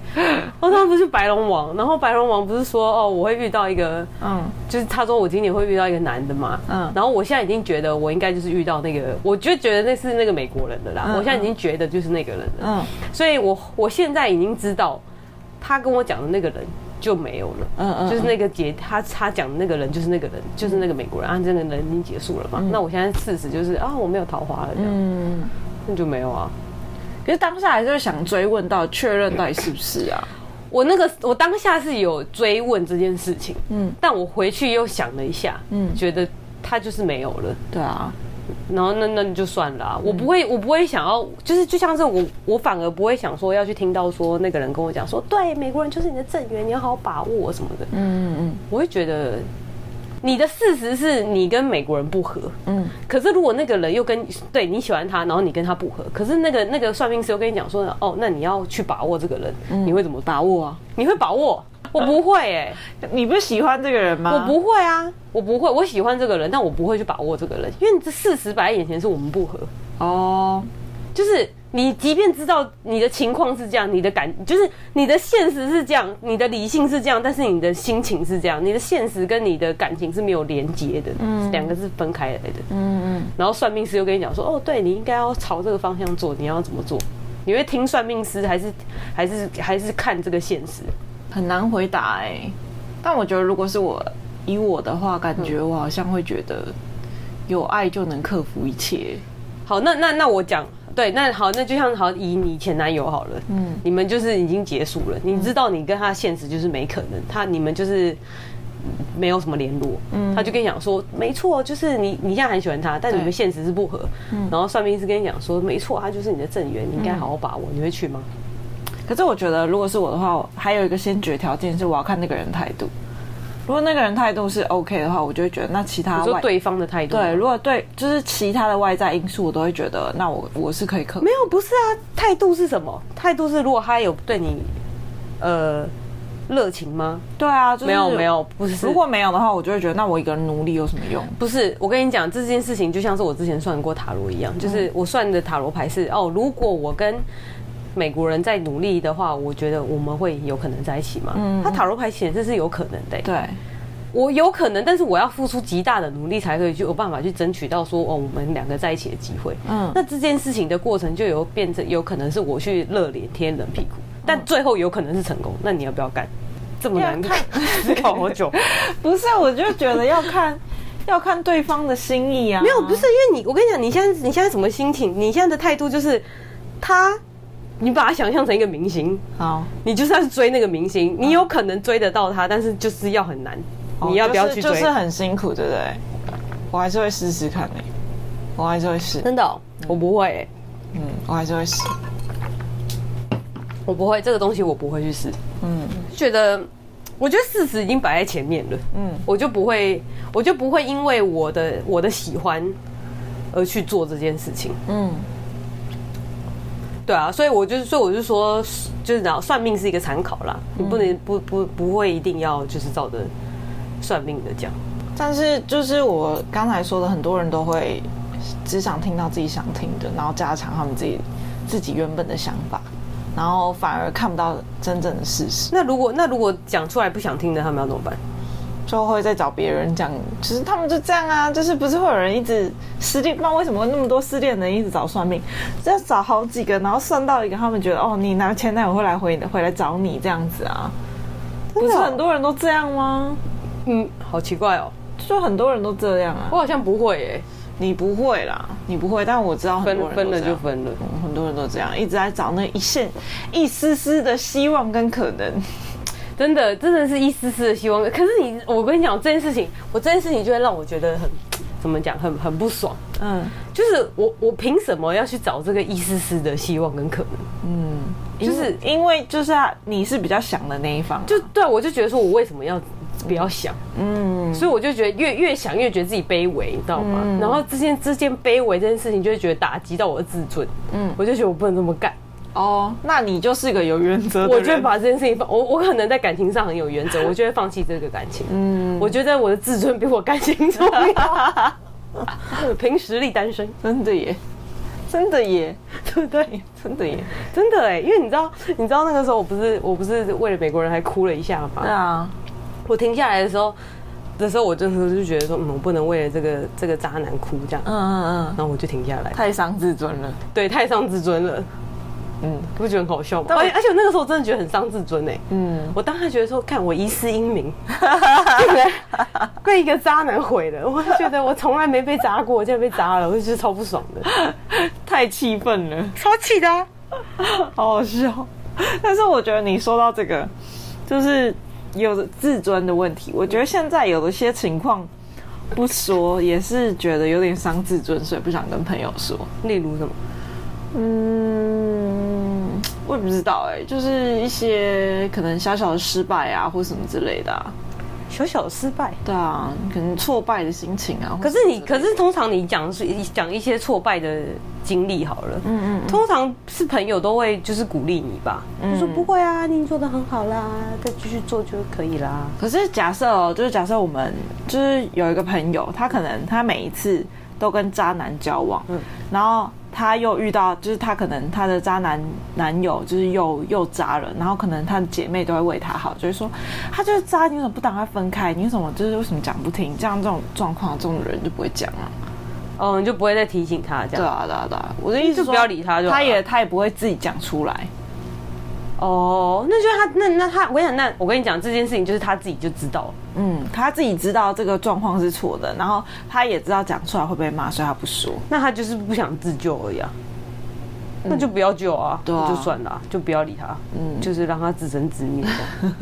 [SPEAKER 1] 我当时不是去白龙王，然后白龙王不是说哦，我会遇到一个
[SPEAKER 2] 嗯，
[SPEAKER 1] 就是他说我今年会遇到一个男的嘛，嗯
[SPEAKER 2] 嗯，
[SPEAKER 1] 然后我现在已经觉得我应该就是遇到那个，我就觉得那是那个美国人的啦，
[SPEAKER 2] 嗯
[SPEAKER 1] 我现在已经觉得就是那个人了，嗯
[SPEAKER 2] 嗯，
[SPEAKER 1] 所以我我现在已经知道他跟我讲的那个人就没有了，嗯
[SPEAKER 2] 嗯
[SPEAKER 1] 嗯，
[SPEAKER 2] 嗯
[SPEAKER 1] 就是那个结他他讲的那个人就是那个人，就是那个美国人啊，这个人已经结束了嘛，那我现在事实就是啊我没有桃花了这样，
[SPEAKER 2] 嗯，
[SPEAKER 1] 那就没有啊。
[SPEAKER 2] 可是当下还是会想追问到确认到底是不是啊？
[SPEAKER 1] 我那个我当下是有追问这件事情，嗯
[SPEAKER 2] 嗯，
[SPEAKER 1] 但我回去又想了一下，嗯，觉得他就是没有了。
[SPEAKER 2] 对啊，
[SPEAKER 1] 然后那那就算了啊、我不会，我不会想要，就是就像是我，我反而不会想说要去听到说那个人跟我讲说，对，美国人就是你的正缘，你要好好把握什么的。
[SPEAKER 2] 嗯嗯
[SPEAKER 1] 我会觉得你的事实是你跟美国人不合，
[SPEAKER 2] 嗯
[SPEAKER 1] 可是如果那个人又跟对你喜欢他，然后你跟他不合，可是那个那个算命师又跟你讲说，哦，那你要去把握这个人，你会怎么把握啊？你会把握？我不会哎、
[SPEAKER 2] 嗯，你不是喜欢这个人吗？
[SPEAKER 1] 我不会啊，我不会，我喜欢这个人，但我不会去把握这个人，因为这事实摆在眼前是我们不合。
[SPEAKER 2] 哦，
[SPEAKER 1] 就是你即便知道你的情况是这样，你的感就是你的现实是这样，你的理性是这样，但是你的心情是这样，你的现实跟你的感情是没有连接的，两个是分开来的。
[SPEAKER 2] 嗯
[SPEAKER 1] 然后算命师又跟你讲说，哦，对你应该要朝这个方向做，你要怎么做？你会听算命师，还是还是还是看这个现实？
[SPEAKER 2] 嗯，很难回答哎、但我觉得如果是我以我的话，感觉我好像会觉得有爱就能克服一切。
[SPEAKER 1] 好，那那那我讲，对，那好，那就像好以你前男友好了，嗯，你们就是已经结束了，
[SPEAKER 2] 嗯
[SPEAKER 1] 你知道你跟他现实就是没可能，他你们就是嗯没有什么联络，嗯，他就跟你讲说，没错，就是你你现在很喜欢他，但你们
[SPEAKER 2] 对嗯
[SPEAKER 1] 现实是不合，然后算命师跟你讲说，没错，他就是你的正缘，你应该好好把握，你会去吗？
[SPEAKER 2] 可是我觉得，如果是我的话，我还有一个先决条件是我要看那个人态度。如果那个人态度是 OK 的话，我就会觉得那其他
[SPEAKER 1] 说
[SPEAKER 2] 啊外
[SPEAKER 1] 对方的态度，
[SPEAKER 2] 对，如果对就是其他的外在因素，我都会觉得那我我是可以克服
[SPEAKER 1] 没。有，不是啊，态度是什么？态度是如果他有对你，呃，热情吗？
[SPEAKER 2] 对啊，就是
[SPEAKER 1] 没有没有，不是。
[SPEAKER 2] 如果没有的话，我就会觉得那我一个人努力有什么用？
[SPEAKER 1] 不是，我跟你讲，这件事情就像是我之前算过塔罗一样，就是我算的塔罗牌是哦，如果我跟美国人在努力的话，我觉得我们会有可能在一起嘛。嗯，他塔罗牌显示是有可能的、欸，
[SPEAKER 2] 对，
[SPEAKER 1] 我有可能，但是我要付出极大的努力才可以去有办法去争取到说哦，我们两个在一起的机会。嗯
[SPEAKER 2] 嗯，
[SPEAKER 1] 那这件事情的过程就有变成有可能是我去热脸贴冷屁股，但最后有可能是成功。那你要不要干？这么 难
[SPEAKER 2] 要
[SPEAKER 1] 看，思 考好久。
[SPEAKER 2] 不是，我就觉得要看 要看对方的心意啊。
[SPEAKER 1] 没有，不是因为你，我跟你讲，你现在你现在什么心情？你现在的态度就是他，你把他想象成一个明星，
[SPEAKER 2] 好，
[SPEAKER 1] 你就是要去追那个明
[SPEAKER 2] 啊
[SPEAKER 1] 星，你有可能追得到他，但是就是要很难。你要不要去追？
[SPEAKER 2] 哦就是？就是很辛苦，对不对？我还是会试试看的、欸我还是会试，
[SPEAKER 1] 真的哦、我不会欸、
[SPEAKER 2] 嗯，我还是会试。
[SPEAKER 1] 我不会，这个东西我不会去试。嗯，觉得，我觉得事实已经摆在前面了。嗯
[SPEAKER 2] 嗯，
[SPEAKER 1] 我就不会，我就不会因为我的我的喜欢而去做这件事情。
[SPEAKER 2] 嗯，
[SPEAKER 1] 对啊，所以我就是，所以我就说，就是讲算命是一个参考啦，你不能不不不会一定要就是照着算命的讲。
[SPEAKER 2] 但是就是我刚才说的，很多人都会只想听到自己想听的，然后加强他们自己自己原本的想法，然后反而看不到真正的事实，
[SPEAKER 1] 那如果那如果讲出来不想听的，他们要怎么办？
[SPEAKER 2] 就会再找别人讲，就是他们就这样啊，就是不是会有人一直失恋？不知道为什么那么多失恋的人一直找算命，就要找好几个，然后算到一个，他们觉得哦，你拿前男友会来回回来找你这样子啊，不是
[SPEAKER 1] 哦
[SPEAKER 2] 很多人都这样吗？
[SPEAKER 1] 嗯，好奇怪哦，
[SPEAKER 2] 就很多人都这样啊
[SPEAKER 1] 我，好像不会耶、
[SPEAKER 2] 你不会啦，你不会，但我知道很多
[SPEAKER 1] 分
[SPEAKER 2] 人都
[SPEAKER 1] 分了
[SPEAKER 2] 这样
[SPEAKER 1] 就分了。
[SPEAKER 2] 嗯很多人都这样，一直在找那一线、一丝丝的希望跟可能。
[SPEAKER 1] 真的，真的是一丝丝的希望。可是你，我跟你讲这件事情，我这件事情就会让我觉得很，怎么讲，很很不爽。
[SPEAKER 2] 嗯，
[SPEAKER 1] 就是我，我凭什么要去找这个一丝丝的希望跟可能？就是
[SPEAKER 2] 因因为就是啊你是比较想的那一方啊、
[SPEAKER 1] 就对啊我就觉得说，我为什么要不要想？嗯，所以我就觉得越越想越觉得自己卑微，你知道吗？然后之间之间卑微这件事情，就会觉得打击到我的自尊。嗯
[SPEAKER 2] 嗯，
[SPEAKER 1] 我就觉得我不能这么干。
[SPEAKER 2] 哦，那你就是个有原则的
[SPEAKER 1] 我
[SPEAKER 2] 人。
[SPEAKER 1] 就会把这件事情放我，我可能在感情上很有原 则，我就会放弃这个感情。嗯，我觉得我的自尊比我感情重 要。凭实力单身，
[SPEAKER 2] 真的耶，真的耶，
[SPEAKER 1] 对不对？
[SPEAKER 2] 真的耶。
[SPEAKER 1] 真的哎，因为你知道，你知道那个时候我不是我不是为了美国人还哭了一下嘛。
[SPEAKER 2] 对啊，
[SPEAKER 1] 我停下来的时候，的时候我就是就觉得说，嗯，我不能为了这个这个渣男哭这样，
[SPEAKER 2] 嗯嗯嗯，
[SPEAKER 1] 然后我就停下来。
[SPEAKER 2] 太伤自尊了。
[SPEAKER 1] 对，太伤自尊了。嗯
[SPEAKER 2] 嗯，
[SPEAKER 1] 你不觉得很好笑吗？
[SPEAKER 2] 但我
[SPEAKER 1] 而且而且我那个时候真的觉得很伤自尊哎、
[SPEAKER 2] 嗯，
[SPEAKER 1] 我当时觉得说，看我一世英 名，对不对？被一个渣男毁了，我就觉得我从来没被渣过，我竟然被渣了，我就觉得超不爽的，
[SPEAKER 2] 太气愤了。
[SPEAKER 1] 超气的、啊。
[SPEAKER 2] 好好笑。但是我觉得你说到这个，就是有的自尊的问题。我觉得现在有一些情况不说，也是觉得有点伤自尊，所以不想跟朋友说。
[SPEAKER 1] 例如什么？
[SPEAKER 2] 嗯，我也不知道哎、就是一些可能小小的失败啊，或什么之类的、啊。
[SPEAKER 1] 小小的失败。
[SPEAKER 2] 对啊，可能挫败的心情啊。
[SPEAKER 1] 可是你，可
[SPEAKER 2] 是
[SPEAKER 1] 是通常你讲是讲一些挫败的经历好了，嗯嗯，通常是朋友都会就是鼓励你吧，就说不会啊，你做的很好啦，再继续做就可以啦。
[SPEAKER 2] 可是假设哦，就是假设我们就是有一个朋友，他可能他每一次都跟渣男交往，然后她又遇到，就是她可能她的渣男男友就是又又渣了，然后可能她的姐妹都会为她好，就是说她就是渣，你为什么不当她分开？你为什么就是为什么讲不听？这样这种状况，这种人就不会讲啊。
[SPEAKER 1] 哦，你就不会再提醒他这
[SPEAKER 2] 对
[SPEAKER 1] 样。
[SPEAKER 2] 啊，对啊，对啊，我的意思
[SPEAKER 1] 就是
[SPEAKER 2] 说
[SPEAKER 1] 不要理她就好
[SPEAKER 2] 她
[SPEAKER 1] 了
[SPEAKER 2] 也她也不会自己讲出来。
[SPEAKER 1] 哦，那就是他，那那他，我跟你讲，那我跟你讲这件事情，就是他自己就知道了。
[SPEAKER 2] 嗯，她自己知道这个状况是错的，然后她也知道讲出来会被骂，所以她不说。
[SPEAKER 1] 那他就是不想自救而已啊，那就不要救啊，
[SPEAKER 2] 对啊
[SPEAKER 1] 就算了啊、就不要理他，嗯，就是让他自生自 灭这样。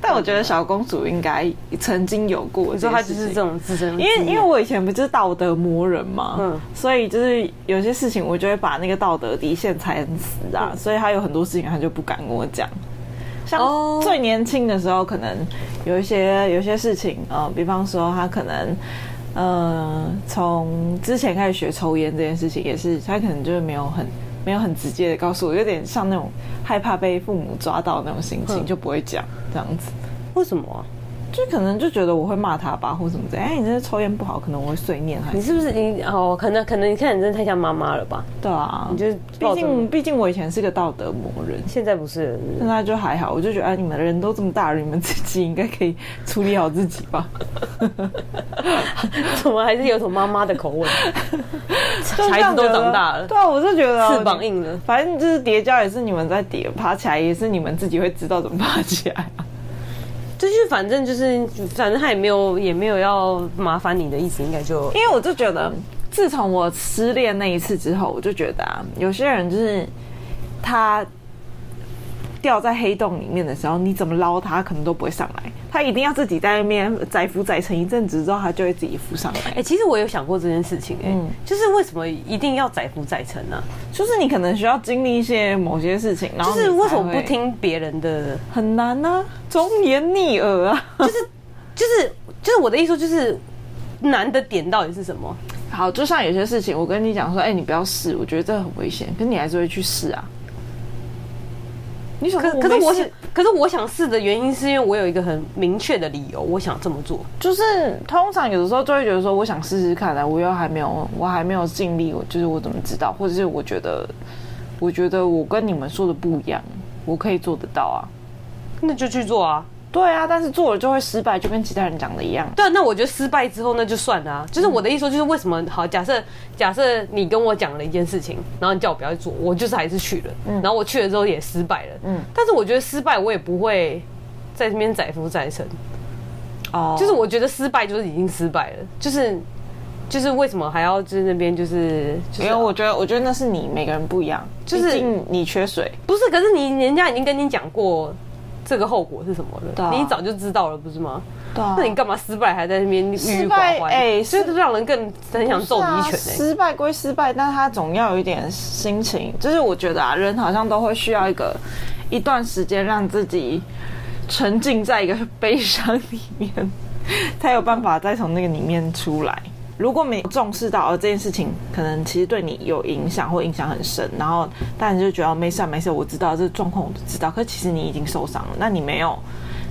[SPEAKER 2] 但我觉得小公主应该曾经有过，
[SPEAKER 1] 你说他就是这，种自生自
[SPEAKER 2] 因
[SPEAKER 1] 灭，
[SPEAKER 2] 为因为我以前不就是道德魔人嘛，
[SPEAKER 1] 嗯
[SPEAKER 2] 所以就是有些事情我就会把那个道德底线踩很死
[SPEAKER 1] 嗯
[SPEAKER 2] 啊，所以她有很多事情她就不敢跟我讲。
[SPEAKER 1] 哦
[SPEAKER 2] 像最年轻的时候，可能有一些有一些事情，呃，比方说她可能。呃，从之前开始学抽烟这件事情，也是她可能就是没有很没有很直接的告诉我，有点像那种害怕被父母抓到那种心情，
[SPEAKER 1] 嗯
[SPEAKER 2] 就不会讲这样子。
[SPEAKER 1] 为什么啊、
[SPEAKER 2] 就可能就觉得我会骂他吧，或什么的。哎，你这抽烟不好，可能我会碎念还
[SPEAKER 1] 你
[SPEAKER 2] 是
[SPEAKER 1] 是不是你哦？可能可能，你看你真的太像妈妈了吧？
[SPEAKER 2] 对啊。
[SPEAKER 1] 你就是
[SPEAKER 2] 毕
[SPEAKER 1] 抱着
[SPEAKER 2] 竟毕竟我以前是个道德魔人，
[SPEAKER 1] 现在不是，是不是
[SPEAKER 2] 现在就还好。我就觉得，哎，你们人都这么大了，你们自己应该可以处理好自己吧。
[SPEAKER 1] 怎么还是有种妈妈的口 吻？
[SPEAKER 2] 就这
[SPEAKER 1] 孩
[SPEAKER 2] 样
[SPEAKER 1] 子都
[SPEAKER 2] 觉得
[SPEAKER 1] 长大了
[SPEAKER 2] 对啊，我就觉得啊
[SPEAKER 1] 翅膀硬了。
[SPEAKER 2] 反正就是叠加也是你们在叠，爬起来也是你们自己会知道怎么爬起来啊。
[SPEAKER 1] 就是反正就是，反正他也没有也没有要麻烦你的意思，应该就
[SPEAKER 2] 因为我就觉得，自从我失恋那一次之后，我就觉得啊，有些人就是他掉在黑洞里面的时候，你怎么捞他，他可能都不会上来，他一定要自己在那边载浮载沉一阵子之后，他就会自己浮上来
[SPEAKER 1] 哎、。其实我有想过这件事情、哎、
[SPEAKER 2] 嗯
[SPEAKER 1] 就是为什么一定要载浮载沉呢、
[SPEAKER 2] 就是你可能需要经历一些某些事情，然后
[SPEAKER 1] 就是
[SPEAKER 2] 你
[SPEAKER 1] 为
[SPEAKER 2] 才
[SPEAKER 1] 什么不
[SPEAKER 2] 会？
[SPEAKER 1] 听别人的？
[SPEAKER 2] 很难啊，忠言逆耳啊。
[SPEAKER 1] 就是就是我的意思，就是难的点到底是什么？
[SPEAKER 2] 好，就像有些事情，我跟你讲说，哎、你不要试，我觉得这很危险，可是你还是会去试啊。你想
[SPEAKER 1] 可
[SPEAKER 2] 说
[SPEAKER 1] 可是
[SPEAKER 2] 没
[SPEAKER 1] 我
[SPEAKER 2] 试
[SPEAKER 1] 想，可是我想试的原因是因为我有一个很明确的理由，我想这么做。
[SPEAKER 2] 就是通常有的时候就会觉得说，我想试试看啊，我又还没有，我还没有尽力，我就是我怎么知道？或者是我觉得，我觉得我跟你们说的不一样，我可以做得到啊。
[SPEAKER 1] 那就去做啊。
[SPEAKER 2] 对啊，但是做了就会失败，就跟其他人讲的一样。
[SPEAKER 1] 对啊，那我觉得失败之后那就算了啊。就是我的意思说，就是为什么好？假设假设你跟我讲了一件事情，然后你叫我不要去做，我就是还是去了。然后我去了之后也失败了。
[SPEAKER 2] 嗯
[SPEAKER 1] 但是我觉得失败我也不会在这边载浮载沉。
[SPEAKER 2] 哦，
[SPEAKER 1] 就是我觉得失败就是已经失败了，就是就是为什么还要就是那边就是就是
[SPEAKER 2] 因为我觉得，我觉得那是你每个人不一样，
[SPEAKER 1] 就是
[SPEAKER 2] 毕竟你缺水，
[SPEAKER 1] 不是，可是你人家已经跟你讲过这个后果是什么了，
[SPEAKER 2] 对啊
[SPEAKER 1] 你早就知道了不是吗？
[SPEAKER 2] 对啊
[SPEAKER 1] 那你干嘛失败还在那边郁郁
[SPEAKER 2] 失
[SPEAKER 1] 寡
[SPEAKER 2] 败
[SPEAKER 1] 欢？
[SPEAKER 2] 哎
[SPEAKER 1] 就是让人更很想揍你一拳哎、
[SPEAKER 2] 啊失败归失败，但他总要有一点心情。就是我觉得啊，人好像都会需要一个一段时间让自己沉浸在一个悲伤里面，才有办法再从那个里面出来。如果没重视到哦这件事情，可能其实对你有影响或影响很深，然后但你就觉得哦没事啊没事啊，我知道这个状况我都知道，可是其实你已经受伤了，那你没有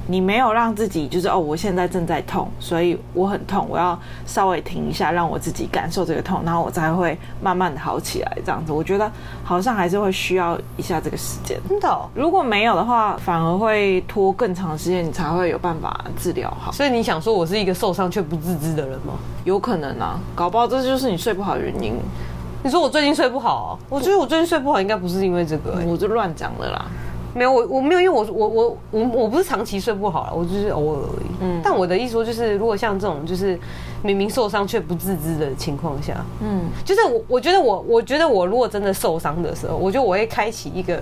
[SPEAKER 2] 你没有让自己就是哦，我现在正在痛，所以我很痛，我要稍微停一下，让我自己感受这个痛，然后我才会慢慢的好起来。这样子，我觉得好像还是会需要一下这个时间。
[SPEAKER 1] 真的哦、
[SPEAKER 2] 如果没有的话，反而会拖更长时间，你才会有办法治疗好。
[SPEAKER 1] 所以你想说我是一个受伤却不自知的人吗？
[SPEAKER 2] 有可能啊，搞不好这就是你睡不好的原因。
[SPEAKER 1] 你说我最近睡不好、啊我觉得我最近睡不好应该不是因为这个、哎
[SPEAKER 2] 我就乱讲的啦。
[SPEAKER 1] 没有我我没有，因为我我我我我不是长期睡不好了，我就是偶尔而已。
[SPEAKER 2] 嗯
[SPEAKER 1] 但我的意思说就是，如果像这种就是明明受伤却不自知的情况下，
[SPEAKER 2] 嗯，
[SPEAKER 1] 就是我我觉得我我觉得我如果真的受伤的时候，我觉得我会开启一个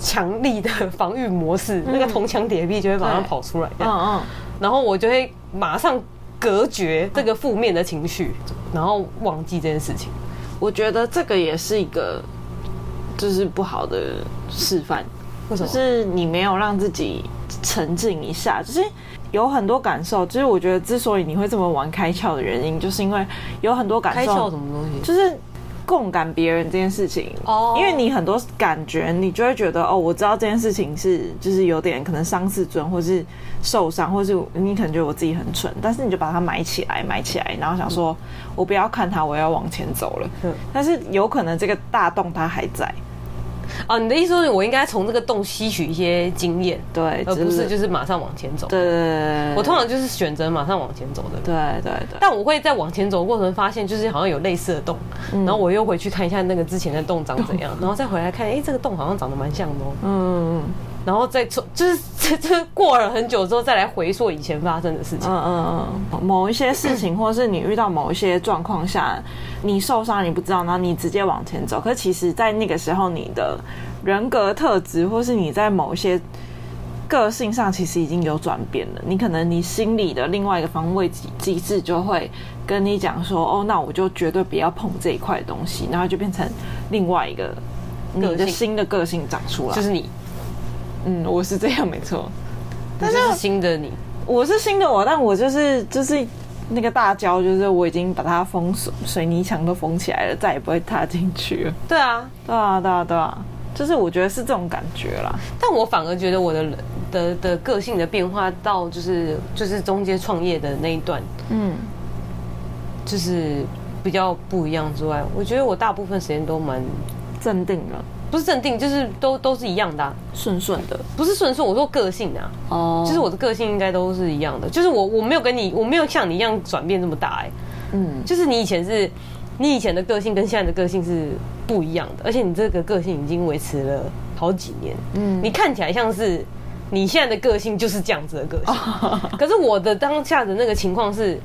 [SPEAKER 1] 强力的防御模式，那个铜墙铁壁就会马上
[SPEAKER 2] 对
[SPEAKER 1] 跑出来这
[SPEAKER 2] 嗯
[SPEAKER 1] 样，
[SPEAKER 2] 嗯，
[SPEAKER 1] 然后我就会马上隔绝这个负面的情绪，然后忘记这件事情。
[SPEAKER 2] 我觉得这个也是一个就是不好的示范。
[SPEAKER 1] 为什
[SPEAKER 2] 就
[SPEAKER 1] 么？
[SPEAKER 2] 是你没有让自己沉静一下，就是有很多感受。就是我觉得之所以你会这么玩开窍的原因，就是因为有很多感
[SPEAKER 1] 开窍
[SPEAKER 2] 受
[SPEAKER 1] 什，么东西？
[SPEAKER 2] 就是共感别人这件事情
[SPEAKER 1] 哦
[SPEAKER 2] 因为你很多感觉，你就会觉得哦，我知道这件事情是就是有点可能伤自尊，或是受伤，或是你可能觉得我自己很蠢，但是你就把它埋起来，埋起来，然后想说、我不要看它，我要往前走了。
[SPEAKER 3] 嗯
[SPEAKER 2] 但是有可能这个大洞它还在，
[SPEAKER 1] 哦，你的意思是我应该从这个洞吸取一些经验，
[SPEAKER 2] 对，
[SPEAKER 1] 而不
[SPEAKER 2] 之
[SPEAKER 1] 是
[SPEAKER 2] 类
[SPEAKER 1] 就是马上往前走。
[SPEAKER 2] 对对对对对
[SPEAKER 1] 我通常就是选择马上往前走的人。
[SPEAKER 2] 对对对，
[SPEAKER 1] 但我会在往前走的过程发现，就是好像有类似的洞，
[SPEAKER 2] 嗯
[SPEAKER 1] 然后我又回去看一下那个之前的洞长怎 样，然后再回来看，哎，这个洞好像长得蛮像的哦。
[SPEAKER 2] 嗯
[SPEAKER 1] 然后再从就是 这这过了很久之后，再来回溯以前发生的事情。
[SPEAKER 2] 嗯嗯嗯，某一些事情，或是你遇到某一些状况下，你受伤你不知道，然后你直接往前走。可是其实，在那个时候，你的人格特质，或是你在某一些个性上，其实已经有转变了。你可能你心里的另外一个防卫机机制就会跟你讲说，哦，那我就绝对不要碰这一块东西，然后就变成另外一个你
[SPEAKER 1] 个
[SPEAKER 2] 的
[SPEAKER 1] 性
[SPEAKER 2] 新的个性长出来。
[SPEAKER 1] 就是你，
[SPEAKER 2] 嗯，我是这样，没错。
[SPEAKER 1] 你就是新的你。
[SPEAKER 2] 我是新的我，但我就是就是那个大胶，就是我已经把它封锁，水泥墙都封起来了，再也不会踏进去了。
[SPEAKER 1] 对啊，
[SPEAKER 2] 对啊，对啊，对啊，就是我觉得是这种感觉啦。
[SPEAKER 1] 但我反而觉得我的人的的个性的变化到就是就是中间创业的那一段，
[SPEAKER 2] 嗯，
[SPEAKER 1] 就是比较不一样之外，我觉得我大部分时间都蛮
[SPEAKER 2] 镇定了，
[SPEAKER 1] 不是镇定，就是都都是一样的啊、
[SPEAKER 2] 顺顺的。
[SPEAKER 1] 不是顺顺，我说个性啊，
[SPEAKER 2] 哦
[SPEAKER 1] 就是我的个性应该都是一样的，就是我我没有跟你，我没有像你一样转变这么大哎、
[SPEAKER 2] 嗯，
[SPEAKER 1] 就是你以前是，你以前的个性跟现在的个性是不一样的，而且你这个个性已经维持了好几年，嗯
[SPEAKER 2] 嗯，
[SPEAKER 1] 你看起来像是你现在的个性就是这样子的个性， 可是我的当下的那个情况是，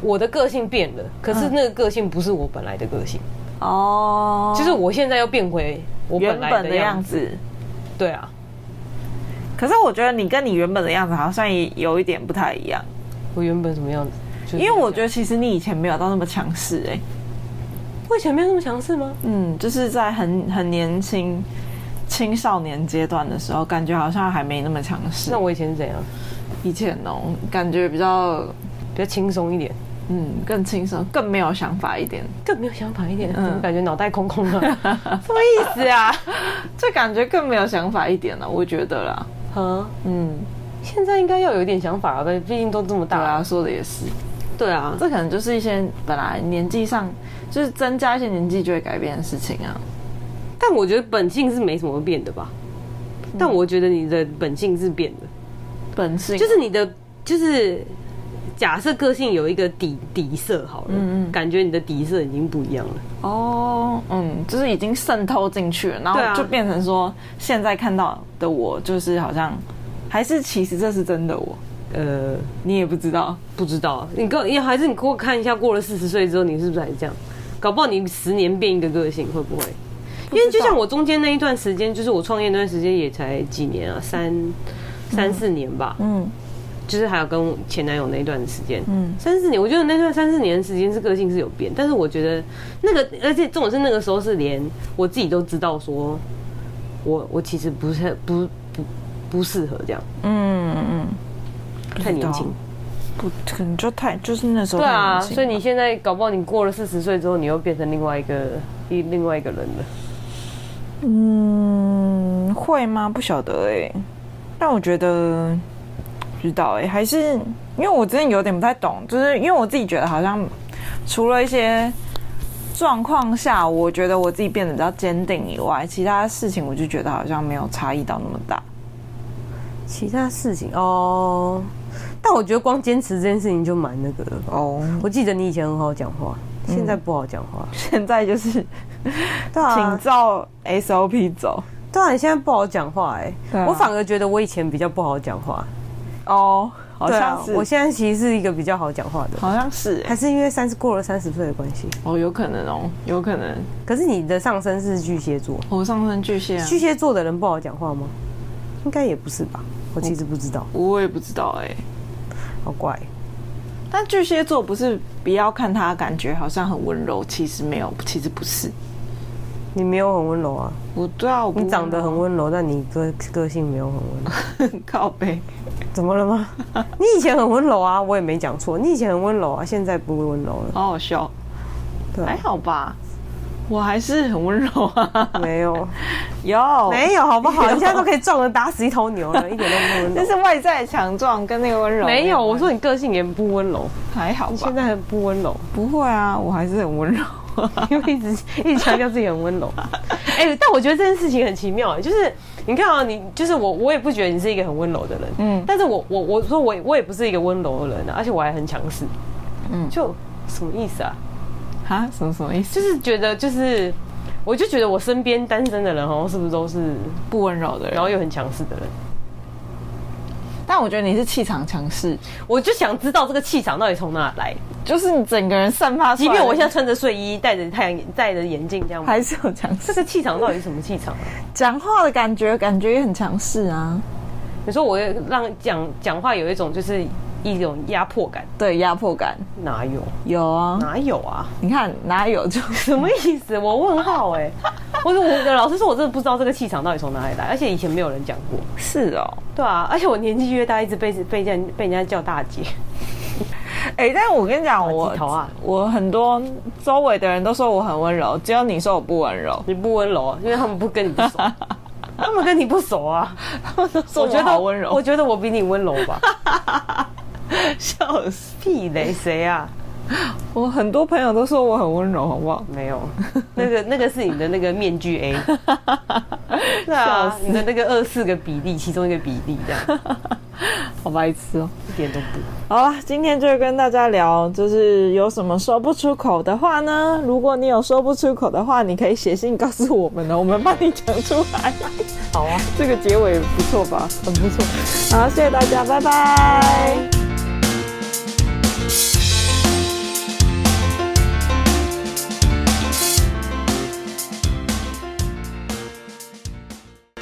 [SPEAKER 1] 我的个性变了，可
[SPEAKER 2] 嗯
[SPEAKER 1] 是那个个性不是我本来的个性，
[SPEAKER 2] 哦，
[SPEAKER 1] 就是我现在又变回我
[SPEAKER 2] 原
[SPEAKER 1] 本来
[SPEAKER 2] 本
[SPEAKER 1] 的
[SPEAKER 2] 的样
[SPEAKER 1] 样子，
[SPEAKER 2] 子。
[SPEAKER 1] 对啊，
[SPEAKER 2] 可是我觉得你跟你原本的样子好像也有一点不太一样，
[SPEAKER 1] 我原本什么样子？就是
[SPEAKER 2] 因为我觉
[SPEAKER 1] 这样
[SPEAKER 2] 得其实你以前没有到那么强势哎、
[SPEAKER 1] 我以前没有那么强势吗？
[SPEAKER 2] 嗯，就是在很很年轻青少年阶段的时候，感觉好像还没那么强势。
[SPEAKER 1] 那我以前是怎样？
[SPEAKER 2] 以前哦，感觉比较
[SPEAKER 1] 比较轻松一点，
[SPEAKER 2] 嗯更轻松，更没有想法一点，
[SPEAKER 1] 更没有想法一点，怎
[SPEAKER 2] 嗯
[SPEAKER 1] 么感觉脑袋空啊空的？ 什么意思啊？
[SPEAKER 2] 这感觉更没有想法一点了，我觉得啦。
[SPEAKER 1] 啊，
[SPEAKER 2] 嗯，
[SPEAKER 1] 现在应该要有一点想法了呗，毕竟都这么
[SPEAKER 2] 对
[SPEAKER 1] 大
[SPEAKER 2] 啊，
[SPEAKER 1] 了。
[SPEAKER 2] 说的也是，
[SPEAKER 1] 对啊，
[SPEAKER 2] 这可能就是一些本来年纪上就是增加一些年纪就会改变的事情啊。
[SPEAKER 1] 但我觉得本性是没什么变的吧。但我觉得你的本性是变的，
[SPEAKER 2] 本性啊
[SPEAKER 1] 就是你的就是假设个性有一个底底色好了，
[SPEAKER 2] 嗯嗯
[SPEAKER 1] 感觉你的底色已经不一样了。
[SPEAKER 2] 哦，嗯，就是已经渗透进去了，然
[SPEAKER 1] 对啊
[SPEAKER 2] 后就变成说现在看到的我就是好像还是其实这是真的我，
[SPEAKER 1] 呃，
[SPEAKER 2] 你也不知道。
[SPEAKER 1] 不知道你跟也还是你给我看一下，过了四十岁之后你是不是还这样？搞不好你十年变一个个性会不会？因为就像我中间那一段时间，就是我创业那段时间也才几年啊，三三四年吧。
[SPEAKER 2] 嗯
[SPEAKER 1] 就是还有跟前男友那一段时间，嗯
[SPEAKER 2] 嗯，
[SPEAKER 1] 三四年，我觉得那段三四年的时间是个性是有变，但是我觉得那个，而且重点是那个时候是连我自己都知道说，我我其实不是不不不适合这样，
[SPEAKER 2] 嗯嗯，
[SPEAKER 1] 太年轻
[SPEAKER 2] 不知道，，不可能就太就是那时候
[SPEAKER 1] 对啊，
[SPEAKER 2] 太年轻
[SPEAKER 1] 所以你现在搞不好你过了四十岁之后，你又变成另外一个一另外一个人了，
[SPEAKER 2] 嗯会吗？不晓得哎、但我觉得不知道哎、还是因为我真的有点不太懂，就是因为我自己觉得好像除了一些状况下，我觉得我自己变得比较坚定以外，其他事情我就觉得好像没有差异到那么大。
[SPEAKER 1] 其他事情哦，但我觉得光坚持这件事情就蛮那个的。
[SPEAKER 2] 哦，
[SPEAKER 1] 我记得你以前很好讲话，现在不好讲话，
[SPEAKER 2] 现在就是
[SPEAKER 1] 对啊
[SPEAKER 2] 请照 SOP 走
[SPEAKER 1] 对啊，你现在不好讲话哎、
[SPEAKER 2] 对啊
[SPEAKER 1] 我反而觉得我以前比较不好讲话，
[SPEAKER 2] 哦，好
[SPEAKER 1] 对
[SPEAKER 2] 像
[SPEAKER 1] 啊
[SPEAKER 2] 是，
[SPEAKER 1] 我现在其实是一个比较好讲话的，
[SPEAKER 2] 好像是哎、
[SPEAKER 1] 还是因为三十过了三十岁的关系。
[SPEAKER 2] 哦，有可能哦，有可能。
[SPEAKER 1] 可是你的上身是巨蟹座，
[SPEAKER 2] 我上升巨蟹、啊，
[SPEAKER 1] 巨蟹座的人不好讲话吗？应该也不是吧，我其实不知道，
[SPEAKER 2] 我也不知道哎、
[SPEAKER 1] 好怪。
[SPEAKER 2] 但巨蟹座不是不要看他感觉好像很温柔，其实没有，其实不是。
[SPEAKER 1] 你没有很温柔啊，
[SPEAKER 2] 我对啊，我不
[SPEAKER 1] 你长得很温柔，但你个个性没有很温 柔，
[SPEAKER 2] 很靠 背，
[SPEAKER 1] 怎么了 吗？你以前很温柔啊，我也没讲错，你以前很温柔啊，现在不温柔了。
[SPEAKER 2] 好好笑。
[SPEAKER 1] 对啊
[SPEAKER 2] 还好吧。我还是很温柔啊。
[SPEAKER 1] 没有，
[SPEAKER 2] 有
[SPEAKER 1] 哦 没有，好不好？你现在都可以撞人打死一头牛了，一点都不温
[SPEAKER 2] 这
[SPEAKER 1] 柔。
[SPEAKER 2] 是外在强壮跟那个温柔
[SPEAKER 1] 没有，我
[SPEAKER 2] 关
[SPEAKER 1] 说你个性也不温柔，
[SPEAKER 2] 系还好
[SPEAKER 1] 你
[SPEAKER 2] 吧
[SPEAKER 1] 现？在很不温柔，
[SPEAKER 2] 不会啊，我还是很温柔。
[SPEAKER 1] 因为一直一直强调自己很温柔。哎、但我觉得这件事情很奇妙，欸就是你看啊，你就是我，我也不觉得你是一个很温柔的人，嗯
[SPEAKER 2] 嗯，
[SPEAKER 1] 但是我我我说我也我也不是一个温柔的人、啊，而且我还很强势，嗯，
[SPEAKER 2] 嗯
[SPEAKER 1] 就什么意思啊？
[SPEAKER 2] 啊，什么什么意思？
[SPEAKER 1] 就是觉得就是，我就觉得我身边单身的人好像是不是都是，
[SPEAKER 2] 不温柔的
[SPEAKER 1] 然后
[SPEAKER 2] 人。
[SPEAKER 1] 又很强势的人。
[SPEAKER 2] 但我觉得你是气场强势，
[SPEAKER 1] 我就想知道这个气场到底从哪来。
[SPEAKER 2] 就是你整个人散发出
[SPEAKER 1] 即
[SPEAKER 2] 来的。
[SPEAKER 1] 便我现在穿着睡衣，戴着太阳眼戴着眼镜这样，
[SPEAKER 2] 还是有强
[SPEAKER 1] 这
[SPEAKER 2] 势，
[SPEAKER 1] 个气场到底是什么气场啊？
[SPEAKER 2] 讲话的感觉感觉也很强势啊。
[SPEAKER 1] 你说我让讲讲话有一种就是一种压迫感，
[SPEAKER 2] 对，压迫感
[SPEAKER 1] 哪有
[SPEAKER 2] 有啊。
[SPEAKER 1] 哪有啊？
[SPEAKER 2] 你看哪有就
[SPEAKER 1] 什么意思？我问号 哎、我说我老实说，我真的不知道这个气场到底从哪里来，而且以前没有人讲过。
[SPEAKER 2] 是 哦。
[SPEAKER 1] 对啊，而且我年纪越大，一直被被人家被人家叫大姐。
[SPEAKER 2] 哎、但我跟你讲，我
[SPEAKER 1] 鸡头啊
[SPEAKER 2] 我很多周围的人都说我很温柔，只有你说我不温柔。
[SPEAKER 1] 你不温柔，啊因为他们不跟你不熟， 他们跟你不熟啊。
[SPEAKER 2] 他们都说
[SPEAKER 1] 我
[SPEAKER 2] 我
[SPEAKER 1] 觉得
[SPEAKER 2] 好温柔，
[SPEAKER 1] 我觉得我比你温柔吧。
[SPEAKER 2] 笑死！
[SPEAKER 1] 屁嘞，谁啊？
[SPEAKER 2] 我很多朋友都说我很温柔，好不好？
[SPEAKER 1] 没有，那个那个是你的那个面具 A，对啊，你的那个二四个比例，其中一个比例这样，
[SPEAKER 2] 好白痴哦、
[SPEAKER 1] 一点都不。
[SPEAKER 2] 好了，今天就跟大家聊，就是有什么说不出口的话呢？如果你有说不出口的话，你可以写信告诉我们呢，我们帮你讲出来。
[SPEAKER 1] 好啊。
[SPEAKER 2] 这个结尾不错吧？很不错。好，谢谢大家，拜拜